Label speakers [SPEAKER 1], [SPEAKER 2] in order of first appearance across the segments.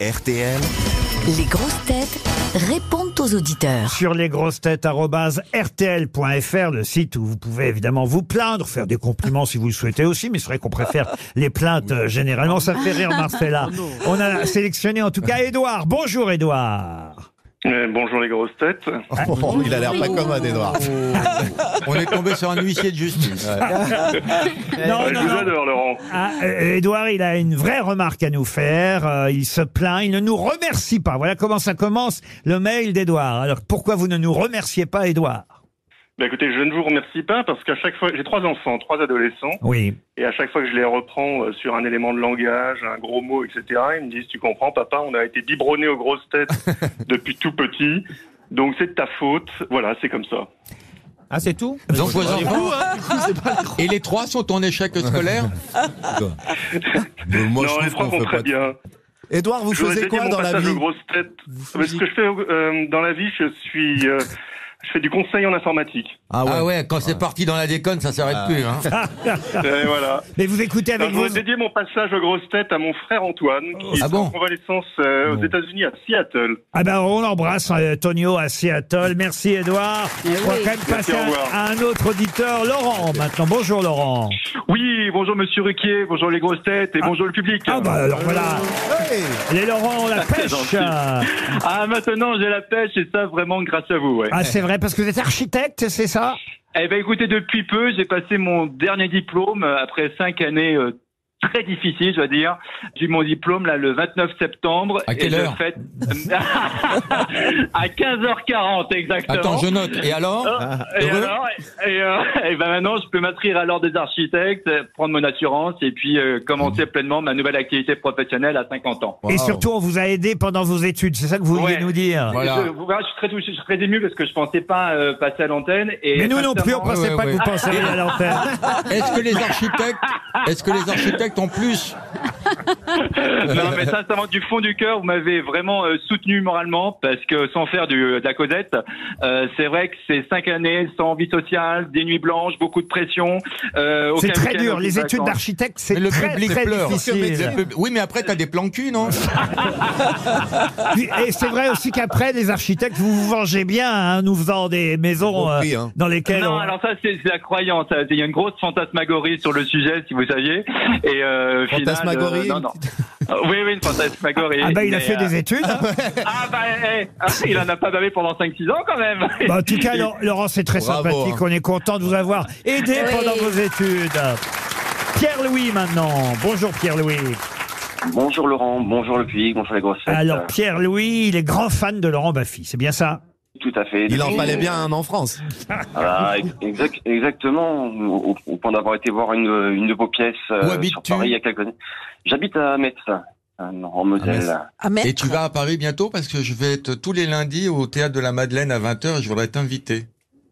[SPEAKER 1] RTL.
[SPEAKER 2] Les grosses têtes répondent aux auditeurs.
[SPEAKER 3] sur lesgrossetêtes.rtl.fr, le site où vous pouvez évidemment vous plaindre, faire des compliments si vous le souhaitez aussi, mais c'est vrai qu'on préfère les plaintes euh, généralement. Ça fait rire Marcella. On a sélectionné en tout cas Édouard. Bonjour Édouard.
[SPEAKER 4] Euh, bonjour les grosses têtes.
[SPEAKER 1] Oh, il a l'air pas comme un Edouard.
[SPEAKER 5] On est tombé sur un huissier de justice.
[SPEAKER 3] Non,
[SPEAKER 4] Euh,
[SPEAKER 3] non,
[SPEAKER 4] je vous
[SPEAKER 3] non.
[SPEAKER 4] adore Laurent.
[SPEAKER 3] Ah, euh, Édouard, il a une vraie remarque à nous faire. Euh, il se plaint, il ne nous remercie pas. Voilà comment ça commence le mail d'Édouard. Alors pourquoi vous ne nous remerciez pas, Édouard
[SPEAKER 4] Bah, écoutez, je ne vous remercie pas parce qu'à chaque fois, j'ai trois enfants, trois adolescents,
[SPEAKER 3] Oui.
[SPEAKER 4] et à chaque fois que je les reprends euh, sur un élément de langage, un gros mot, etc., ils me disent, tu comprends, papa, on a été biberonnés aux grosses têtes depuis tout petit. Donc c'est de ta faute, voilà, c'est comme ça.
[SPEAKER 6] Ah, c'est tout
[SPEAKER 5] Donc vos enfants
[SPEAKER 6] hein
[SPEAKER 5] et les trois sont en échec scolaire.
[SPEAKER 1] Mais moi,
[SPEAKER 4] non,
[SPEAKER 1] je trouve
[SPEAKER 4] les trois
[SPEAKER 1] qu'on
[SPEAKER 4] vont
[SPEAKER 1] fait
[SPEAKER 4] très
[SPEAKER 1] pas-
[SPEAKER 4] bien.
[SPEAKER 1] Edouard, vous
[SPEAKER 4] Je voudrais
[SPEAKER 1] faisiez
[SPEAKER 4] dédier
[SPEAKER 1] quoi
[SPEAKER 4] mon
[SPEAKER 1] dans la
[SPEAKER 4] passage
[SPEAKER 1] vie
[SPEAKER 4] aux grosses têtes. Euh, Ce que je fais euh, dans la vie, je suis, euh, je fais du conseil en informatique.
[SPEAKER 5] Ah ouais, quand c'est parti dans la déconne, ça s'arrête plus. Hein.
[SPEAKER 1] Ah.
[SPEAKER 4] Et voilà.
[SPEAKER 3] Mais vous écoutez
[SPEAKER 4] Alors,
[SPEAKER 3] avec
[SPEAKER 4] je
[SPEAKER 3] vos...
[SPEAKER 4] voudrais dédier mon passage aux grosses têtes à mon frère Antoine, qui
[SPEAKER 5] Ah
[SPEAKER 4] est
[SPEAKER 5] bon
[SPEAKER 4] en convalescence euh, aux États-Unis à Seattle.
[SPEAKER 3] Ah ben on l'embrasse, euh, Tonio à Seattle. Merci Edouard. On va quand même passer
[SPEAKER 4] au
[SPEAKER 3] à-
[SPEAKER 4] revoir.
[SPEAKER 3] à, un autre auditeur, Laurent maintenant. Bonjour Laurent.
[SPEAKER 4] Oui, bonjour Monsieur Ruquier, bonjour les grosses têtes et bonjour le public.
[SPEAKER 3] Ah bah alors voilà,
[SPEAKER 1] Hey
[SPEAKER 3] les Laurent on la pêche.
[SPEAKER 4] gentil.
[SPEAKER 3] euh.
[SPEAKER 4] Ah, maintenant j'ai la pêche et ça vraiment grâce à vous. Ouais.
[SPEAKER 3] Ah c'est vrai parce que vous êtes architecte, c'est ça
[SPEAKER 4] Eh ben écoutez, depuis peu j'ai passé mon dernier diplôme euh, après cinq années euh, très difficiles, je dois dire. J'ai eu mon diplôme là le 29 septembre.
[SPEAKER 5] À quelle
[SPEAKER 4] et je
[SPEAKER 5] heure
[SPEAKER 4] fête- À 15h40 exactement. Oh,
[SPEAKER 5] Attends, je note. Et alors
[SPEAKER 4] Et
[SPEAKER 5] Heureux
[SPEAKER 4] alors, et, euh, et ben maintenant, je peux m'inscrire à l'ordre des architectes, euh, prendre mon assurance et puis euh, commencer
[SPEAKER 3] Mm.
[SPEAKER 4] pleinement ma nouvelle activité professionnelle à 50 ans.
[SPEAKER 3] Et surtout on vous a aidé pendant vos études, c'est ça que vous vouliez
[SPEAKER 4] Ouais.
[SPEAKER 3] nous dire.
[SPEAKER 5] Voilà.
[SPEAKER 4] Je, vous verrez, je suis très touché, je suis très ému parce que je pensais pas euh, passer à l'antenne. Et
[SPEAKER 3] Mais nous non plus, on
[SPEAKER 4] sincèrement,
[SPEAKER 3] pensait
[SPEAKER 5] Ouais,
[SPEAKER 3] pas
[SPEAKER 5] ouais,
[SPEAKER 3] que vous
[SPEAKER 5] ouais.
[SPEAKER 3] penseriez à l'antenne.
[SPEAKER 5] Est-ce que les architectes, est-ce que les architectes en plus
[SPEAKER 4] non, mais sincèrement, du fond du cœur, vous m'avez vraiment euh, soutenu moralement parce que sans faire du, de la causette, euh, c'est vrai que ces cinq années sans vie sociale, des nuits blanches, beaucoup de pression. euh,
[SPEAKER 3] C'est
[SPEAKER 4] aucun
[SPEAKER 3] très
[SPEAKER 4] week-end,
[SPEAKER 3] dur,
[SPEAKER 4] aucune
[SPEAKER 3] les études
[SPEAKER 4] vacances.
[SPEAKER 3] d'architecte c'est
[SPEAKER 5] Mais le
[SPEAKER 3] très,
[SPEAKER 5] public
[SPEAKER 3] très
[SPEAKER 5] pleure.
[SPEAKER 3] difficile.
[SPEAKER 5] Oui, mais après t'as des plans cul, non
[SPEAKER 3] Puis- Et c'est vrai aussi qu'après les architectes vous vous vengez bien, hein, nous faisant des maisons
[SPEAKER 1] Compris,
[SPEAKER 3] euh,
[SPEAKER 1] hein.
[SPEAKER 3] dans lesquelles
[SPEAKER 4] Non,
[SPEAKER 3] on...
[SPEAKER 4] alors ça c'est c'est la croyance. ça. Il y a une grosse fantasmagorie sur le sujet, si vous saviez. Et euh, au final,
[SPEAKER 1] Fantasmagorie,
[SPEAKER 4] euh, non,
[SPEAKER 1] une
[SPEAKER 4] non. Ah, oui, oui, une fantasmagorie.
[SPEAKER 3] Ah ben il a
[SPEAKER 4] Mais,
[SPEAKER 3] fait
[SPEAKER 4] euh,
[SPEAKER 3] des études.
[SPEAKER 4] Ah bah, eh, ah, il en a pas bavé pendant 5-6 ans quand même.
[SPEAKER 3] Bah, en tout cas, Laurent- Laurent, c'est très
[SPEAKER 1] Bravo,
[SPEAKER 3] sympathique.
[SPEAKER 1] hein.
[SPEAKER 3] On est content de vous avoir aidé
[SPEAKER 2] Oui.
[SPEAKER 3] pendant vos études. Pierre-Louis maintenant. Bonjour Pierre-Louis.
[SPEAKER 7] Bonjour Laurent, bonjour le public, bonjour les grosses têtes.
[SPEAKER 3] Alors Pierre-Louis, il est grand fan de Laurent Baffy, c'est bien ça
[SPEAKER 7] Tout à fait.
[SPEAKER 1] Il en fallait bien un en France.
[SPEAKER 7] Voilà, exact- exactement. Au, au point d'avoir été voir une, une de vos pièces
[SPEAKER 5] Où
[SPEAKER 7] euh, sur
[SPEAKER 5] habites-tu
[SPEAKER 7] Paris il y a quelques années. J'habite à Metz, en en
[SPEAKER 5] Metz.
[SPEAKER 7] Moselle.
[SPEAKER 5] Et tu vas à Paris bientôt parce que je vais être tous les lundis au théâtre de la Madeleine à 20h et je voudrais t'inviter.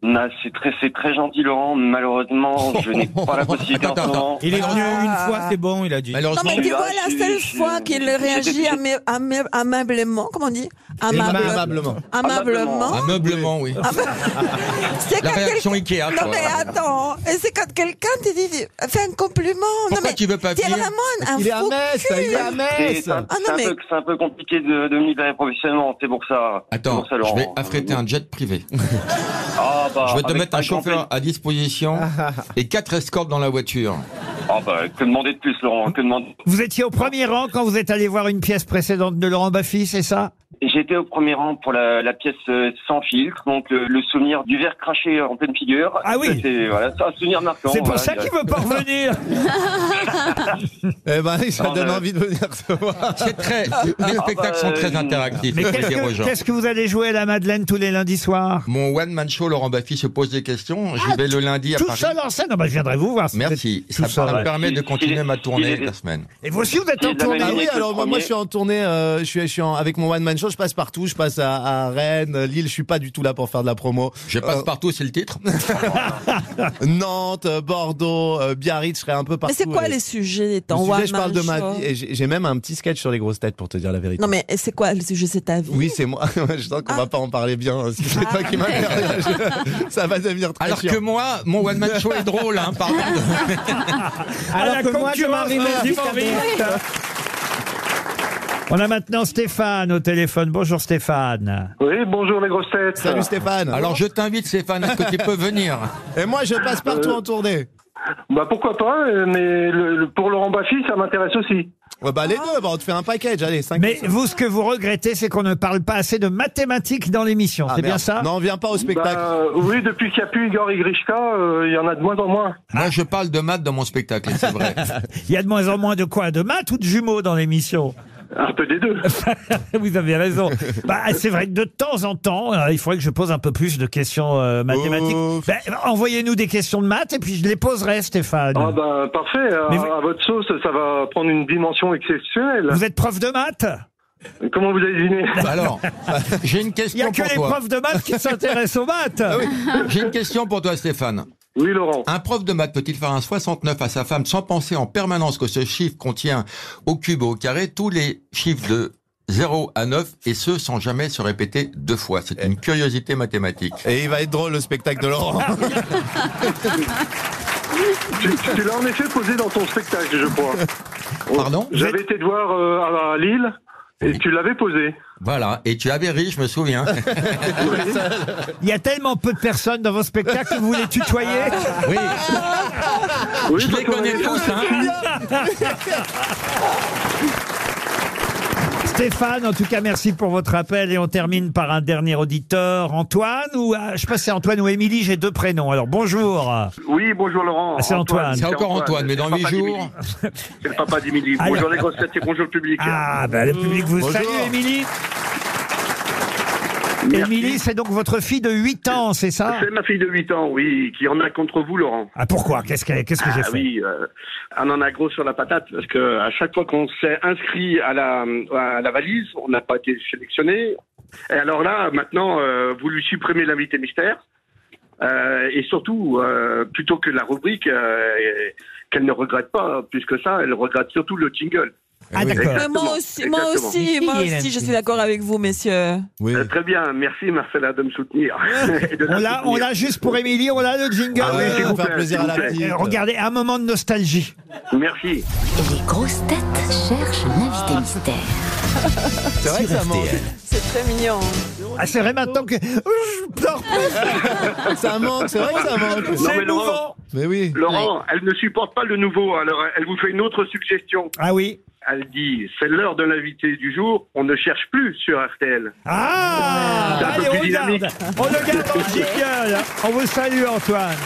[SPEAKER 7] Na- Ah, c'est très, c'est très gentil Laurent. Malheureusement, je n'ai pas la possibilité
[SPEAKER 5] Attends,
[SPEAKER 7] en ce
[SPEAKER 5] attends,
[SPEAKER 7] moment.
[SPEAKER 6] Il est venu
[SPEAKER 8] Ah.
[SPEAKER 6] une fois, c'est bon, il a
[SPEAKER 1] Bah,
[SPEAKER 6] dit.
[SPEAKER 8] Non,
[SPEAKER 5] Malheureusement,
[SPEAKER 8] mais tu vois,
[SPEAKER 7] Ah,
[SPEAKER 8] la
[SPEAKER 7] je-
[SPEAKER 8] seule
[SPEAKER 7] je-
[SPEAKER 8] fois qu'il réagit
[SPEAKER 7] je-
[SPEAKER 8] amé- amé- amablement, comment on dit
[SPEAKER 1] Aimable-
[SPEAKER 8] Amable-
[SPEAKER 1] Aimablement.
[SPEAKER 8] Amablement.
[SPEAKER 5] ameublement, oui.
[SPEAKER 8] Ah, C'est
[SPEAKER 5] Ah, La
[SPEAKER 8] quand quel-
[SPEAKER 5] réaction Ikea.
[SPEAKER 8] Non,
[SPEAKER 5] quoi.
[SPEAKER 8] mais attends, et c'est quand quelqu'un te dit, fais un compliment. non,
[SPEAKER 5] Pourquoi
[SPEAKER 8] mais
[SPEAKER 5] tu veux pas
[SPEAKER 8] t'es
[SPEAKER 5] venir
[SPEAKER 8] vraiment un
[SPEAKER 1] Il est à
[SPEAKER 8] faux
[SPEAKER 1] Metz,
[SPEAKER 8] cul.
[SPEAKER 1] il est à
[SPEAKER 7] C'est
[SPEAKER 1] Metz.
[SPEAKER 7] c'est un,
[SPEAKER 8] Ah, non,
[SPEAKER 7] c'est un
[SPEAKER 8] mais-
[SPEAKER 7] peu, c'est un peu compliqué de, de me libérer professionnellement, c'est pour ça. c'est
[SPEAKER 5] Attends,
[SPEAKER 7] pour ça, Laurent.
[SPEAKER 5] je vais affréter un jet privé.
[SPEAKER 7] Ah, bah,
[SPEAKER 5] Je vais te
[SPEAKER 7] avec Ah.
[SPEAKER 5] mettre un
[SPEAKER 7] grand
[SPEAKER 5] chauffeur à disposition et quatre escortes dans la voiture.
[SPEAKER 7] plaisir. Ah bah, que demander de plus Laurent, que demander
[SPEAKER 3] Vous étiez au premier rang quand vous êtes allé voir une pièce précédente de Laurent Baffy, c'est ça
[SPEAKER 7] J'étais au premier rang pour la, la pièce euh, sans filtre, donc le, le souvenir du verre craché en pleine figure.
[SPEAKER 3] Ah oui.
[SPEAKER 7] Ça, C'est voilà, c'est un souvenir marquant.
[SPEAKER 3] C'est
[SPEAKER 5] euh,
[SPEAKER 3] pour
[SPEAKER 7] voilà,
[SPEAKER 3] ça
[SPEAKER 7] je-
[SPEAKER 3] qu'il veut pas revenir.
[SPEAKER 1] Eh ben, ça
[SPEAKER 7] Non,
[SPEAKER 1] donne
[SPEAKER 7] mais-
[SPEAKER 1] envie de venir te voir.
[SPEAKER 5] C'est très, les spectacles sont très interactifs.
[SPEAKER 3] Ah, bah, euh, Mais
[SPEAKER 5] il faut
[SPEAKER 3] qu'est-ce
[SPEAKER 5] le dire aux
[SPEAKER 3] que,
[SPEAKER 5] gens.
[SPEAKER 3] qu'est-ce que vous allez jouer à la Madeleine tous les lundis soirs
[SPEAKER 5] Mon one man show, Laurent Baffy se pose des questions. J'y vais le lundi à
[SPEAKER 3] Ah, Tout
[SPEAKER 5] Paris.
[SPEAKER 3] seul en scène Ah bah, Je viendrai vous voir. si vous
[SPEAKER 5] Merci.
[SPEAKER 3] êtes
[SPEAKER 5] Ça,
[SPEAKER 3] Tout seul,
[SPEAKER 5] ça me
[SPEAKER 3] ouais.
[SPEAKER 5] permet de
[SPEAKER 7] Il- il
[SPEAKER 5] continuer
[SPEAKER 7] est-
[SPEAKER 5] ma
[SPEAKER 7] il
[SPEAKER 5] tournée
[SPEAKER 7] est-
[SPEAKER 5] de la semaine.
[SPEAKER 3] Et vous aussi, vous êtes en
[SPEAKER 7] Il est
[SPEAKER 3] tournée.
[SPEAKER 7] dans
[SPEAKER 1] Ah
[SPEAKER 7] les
[SPEAKER 1] oui,
[SPEAKER 7] mecs, le
[SPEAKER 1] alors moi, moi,
[SPEAKER 7] premier.
[SPEAKER 1] je suis en tournée, euh, je suis, je suis en- avec mon one man show, je passe partout, je passe à, à Rennes, Lille, je suis pas du tout là pour faire de la promo.
[SPEAKER 5] Je
[SPEAKER 1] Euh,
[SPEAKER 5] passe partout, c'est le titre.
[SPEAKER 1] Nantes, euh, Bordeaux, euh, Biarritz, je serai un peu
[SPEAKER 8] Mais
[SPEAKER 1] partout.
[SPEAKER 8] c'est quoi
[SPEAKER 1] euh,
[SPEAKER 8] les sujets
[SPEAKER 1] le
[SPEAKER 8] ton
[SPEAKER 1] sujet,
[SPEAKER 8] one
[SPEAKER 1] je parle de
[SPEAKER 8] man
[SPEAKER 1] ma
[SPEAKER 8] show
[SPEAKER 1] vie et j'ai j'ai même un petit sketch sur les grosses têtes pour te dire la vérité.
[SPEAKER 8] Non, mais c'est quoi le sujet C'est ta vie
[SPEAKER 1] Oui, c'est moi. je sens qu'on va pas en parler bien. hein, Si c'est toi qui m'intéresse, je- ça va devenir très
[SPEAKER 5] Alors
[SPEAKER 1] chiant.
[SPEAKER 5] que moi, mon one man show est drôle, hein, pardon.
[SPEAKER 3] À la
[SPEAKER 6] Alors que moi, je
[SPEAKER 3] concurrence
[SPEAKER 6] m'arrive
[SPEAKER 3] du
[SPEAKER 6] à
[SPEAKER 3] humoriste. On a maintenant Stéphane au téléphone. Bonjour Stéphane.
[SPEAKER 9] Oui, bonjour les grosses têtes.
[SPEAKER 1] Salut Stéphane.
[SPEAKER 5] Alors je t'invite Stéphane à ce que tu peux venir.
[SPEAKER 1] Et moi, je passe partout
[SPEAKER 9] Euh.
[SPEAKER 1] en tournée.
[SPEAKER 9] Bah pourquoi pas, euh, mais le- le- pour Laurent Baffy, ça m'intéresse aussi.
[SPEAKER 1] Ouais, bah, les deux, bah, on te fait un package. Allez, 5
[SPEAKER 3] Mais vous, ce que vous regrettez, c'est qu'on ne parle pas assez de mathématiques dans l'émission. c'est bien ça
[SPEAKER 1] Ah, Non, viens pas au spectacle.
[SPEAKER 9] Bah, euh, oui, depuis qu'il n'y a plus Igor Igrishka, euh, il y en a de moins en moins.
[SPEAKER 3] Ah.
[SPEAKER 5] Moi je parle de maths dans mon spectacle, c'est vrai.
[SPEAKER 3] Il y a de moins en moins de quoi De maths ou de jumeaux dans l'émission
[SPEAKER 9] Un peu des deux.
[SPEAKER 3] Vous avez raison. Bah, c'est vrai que de temps en temps, euh, il faudrait que je pose un peu plus de questions euh, mathématiques.
[SPEAKER 9] Oh.
[SPEAKER 5] Ouf.
[SPEAKER 3] Ben, Envoyez-nous des questions de maths et puis je les poserai, Stéphane.
[SPEAKER 9] Ah bah parfait, à,
[SPEAKER 3] Mais vous-
[SPEAKER 9] à votre sauce, ça va prendre une dimension exceptionnelle.
[SPEAKER 3] Vous êtes prof de maths
[SPEAKER 9] Comment vous avez deviné
[SPEAKER 5] Alors, j'ai une
[SPEAKER 3] Il n'y a
[SPEAKER 5] question
[SPEAKER 3] que
[SPEAKER 5] pour
[SPEAKER 3] les
[SPEAKER 5] toi. Ah
[SPEAKER 3] profs de maths qui s'intéressent aux maths.
[SPEAKER 5] J'ai une question pour toi Stéphane.
[SPEAKER 9] Oui Laurent.
[SPEAKER 5] Un prof de maths peut-il faire un 69 à sa femme sans penser en permanence que ce chiffre contient au cube ou au carré tous les chiffres de 0 à 9 et ce sans jamais se répéter deux fois C'est une curiosité mathématique.
[SPEAKER 1] Et il va être drôle le spectacle de Laurent.
[SPEAKER 9] Tu, tu l'as en effet posé dans ton spectacle, je crois.
[SPEAKER 5] Pardon
[SPEAKER 9] J'avais été te voir euh, à Lille et tu l'avais posé.
[SPEAKER 5] Voilà, et tu avais ri, je me souviens.
[SPEAKER 3] Il y a tellement peu de personnes dans vos spectacles que vous les tutoyez.
[SPEAKER 5] Oui,
[SPEAKER 9] Oui,
[SPEAKER 5] je
[SPEAKER 9] parce
[SPEAKER 5] les
[SPEAKER 9] qu'on
[SPEAKER 5] connais
[SPEAKER 9] avait-
[SPEAKER 5] tous, hein.
[SPEAKER 3] Stéphane, en tout cas, merci pour votre appel et on termine par un dernier auditeur, Antoine ou ah, je sais pas si c'est Antoine ou Émilie, j'ai deux prénoms. Alors bonjour.
[SPEAKER 9] Oui, bonjour Laurent.
[SPEAKER 3] Ah, c'est Antoine.
[SPEAKER 5] C'est encore Antoine, mais
[SPEAKER 9] c'est
[SPEAKER 5] dans
[SPEAKER 9] le
[SPEAKER 5] huit
[SPEAKER 9] papa
[SPEAKER 5] jours.
[SPEAKER 9] d'Émilie. C'est le papa d'Émilie.
[SPEAKER 3] Ah,
[SPEAKER 9] Bonjour
[SPEAKER 3] il y a-
[SPEAKER 9] les grosses têtes et bonjour le public.
[SPEAKER 3] Ah ben le public vous
[SPEAKER 1] Bonjour.
[SPEAKER 3] salue Émilie.
[SPEAKER 9] Merci.
[SPEAKER 3] Émilie, c'est donc votre fille de 8 ans, c'est
[SPEAKER 5] Ah.
[SPEAKER 3] ça
[SPEAKER 9] C'est ma fille de 8 ans, oui, qui en a contre vous, Laurent.
[SPEAKER 3] Ah pourquoi Qu'est-ce que qu'est-ce que j'ai
[SPEAKER 9] ah
[SPEAKER 3] fait
[SPEAKER 9] oui, euh, on en a gros sur la patate parce que à chaque fois qu'on s'est inscrit à la, à la valise, on n'a pas été sélectionné. Et alors là, maintenant, euh, vous lui supprimez l'invité mystère. Euh, et surtout, euh, plutôt que la rubrique euh, et- qu'elle ne regrette pas plus que ça, elle regrette surtout le jingle.
[SPEAKER 3] Ah d'accord.
[SPEAKER 8] Mais moi aussi, moi
[SPEAKER 9] Exactement.
[SPEAKER 8] aussi, moi
[SPEAKER 2] Il est
[SPEAKER 8] aussi, je
[SPEAKER 2] gentil.
[SPEAKER 8] suis d'accord avec vous, messieurs.
[SPEAKER 1] Oui.
[SPEAKER 9] Euh, très bien, merci Marcella de me soutenir. Et de la
[SPEAKER 3] On l'a on
[SPEAKER 9] soutenir.
[SPEAKER 3] l'a juste pour Émilie, on l'a le jingle.
[SPEAKER 1] Ah ouais,
[SPEAKER 9] s'il
[SPEAKER 1] on
[SPEAKER 9] vous
[SPEAKER 1] va faire
[SPEAKER 9] plaît,
[SPEAKER 1] plaisir à
[SPEAKER 9] s'il
[SPEAKER 1] la
[SPEAKER 9] vous plaît.
[SPEAKER 1] petite.
[SPEAKER 3] Euh, regardez, un moment de nostalgie.
[SPEAKER 9] Merci.
[SPEAKER 2] Les grosses têtes cherchent l'invité mystère.
[SPEAKER 1] C'est vrai que ça manque.
[SPEAKER 8] C'est très mignon. hein.
[SPEAKER 3] Ah, c'est vrai maintenant que je pleure plus.
[SPEAKER 1] Ça manque, c'est vrai que ça manque.
[SPEAKER 3] C'est
[SPEAKER 9] mais Laurent-
[SPEAKER 3] émouvant.
[SPEAKER 1] Mais oui.
[SPEAKER 9] Laurent, elle ne supporte pas le nouveau, alors elle vous fait une autre suggestion.
[SPEAKER 3] Ah oui.
[SPEAKER 9] Elle dit, c'est l'heure de l'invité du jour, on ne cherche plus sur RTL.
[SPEAKER 3] Ah
[SPEAKER 9] C'est un peu
[SPEAKER 3] Allez, on
[SPEAKER 9] plus
[SPEAKER 3] le garde.
[SPEAKER 9] dynamique.
[SPEAKER 3] On le garde en jingle. On vous salue, Antoine.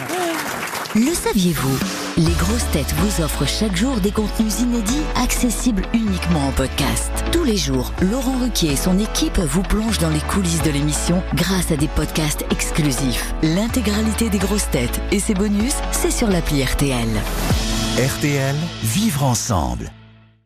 [SPEAKER 2] Le saviez-vous Les grosses têtes vous offrent chaque jour des contenus inédits accessibles uniquement en podcast. Tous les jours, Laurent Ruquier et son équipe vous plongent dans les coulisses de l'émission grâce à des podcasts exclusifs. L'intégralité des grosses têtes et ses bonus, c'est sur l'appli RTL.
[SPEAKER 10] RTL, vivre ensemble.